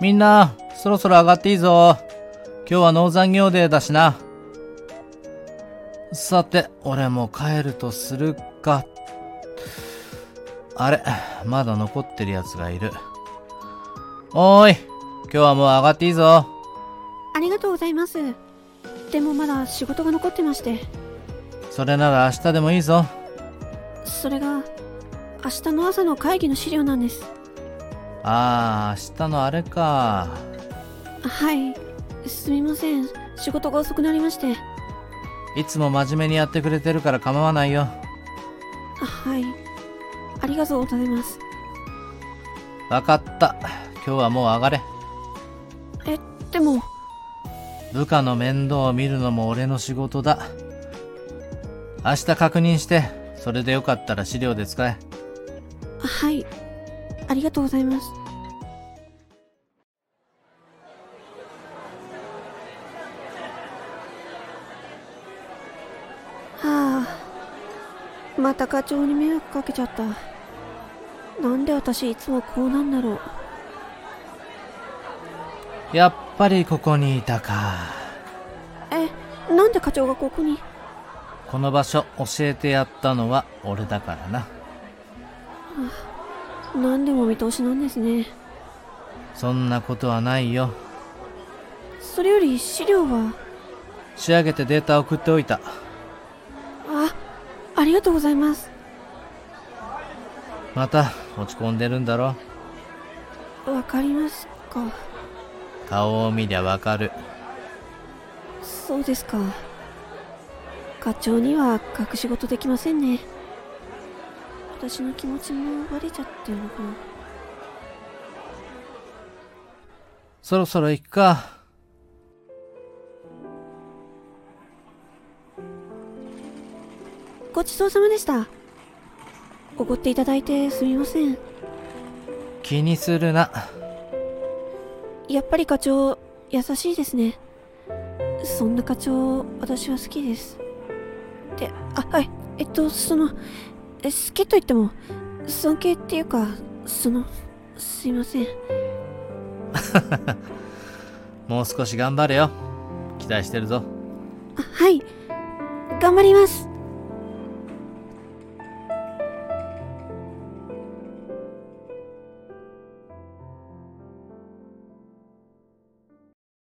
みんな、そろそろ上がっていいぞ。今日は農産業デーだしな。さて、俺も帰るとするか。あれ、まだ残ってる奴がいる。おーい、今日はもう上がっていいぞ。ありがとうございます。でもまだ仕事が残ってまして、それなら明日でもいいぞ。それが、明日の朝の会議の資料なんです。あー、明日のあれか。はい。すみません。仕事が遅くなりまして。いつも真面目にやってくれてるから構わないよ。はい。ありがとうございます。わかった。今日はもう上がれ。え、でも、部下の面倒を見るのも俺の仕事だ。明日確認して、それでよかったら資料で使え。はい。ありがとうございます。はあ。また課長に迷惑かけちゃった。なんで私いつもこうなんだろう。やっぱりここにいたか。え、なんで課長がここにこの場所教えてやったのは俺だからな。何でも見通しなんですね。そんなことはないよ。それより資料は、仕上げてデータ送っておいた。あ、ありがとうございます。また落ち込んでるんだろわかりますか。顔を見りゃわかる。そうですか。課長には隠し事できませんね。私の気持ちもバレちゃってるのかな。そろそろ行くか。ごちそうさまでした。おごっていただいてすみません。気にするな。やっぱり課長、優しいですね。そんな課長、私は好きです。で、あ、はい、えっと、その、え好きと言っても、尊敬っていうか、その、すいません。もう少し頑張れよ。期待してるぞ。あはい、頑張ります。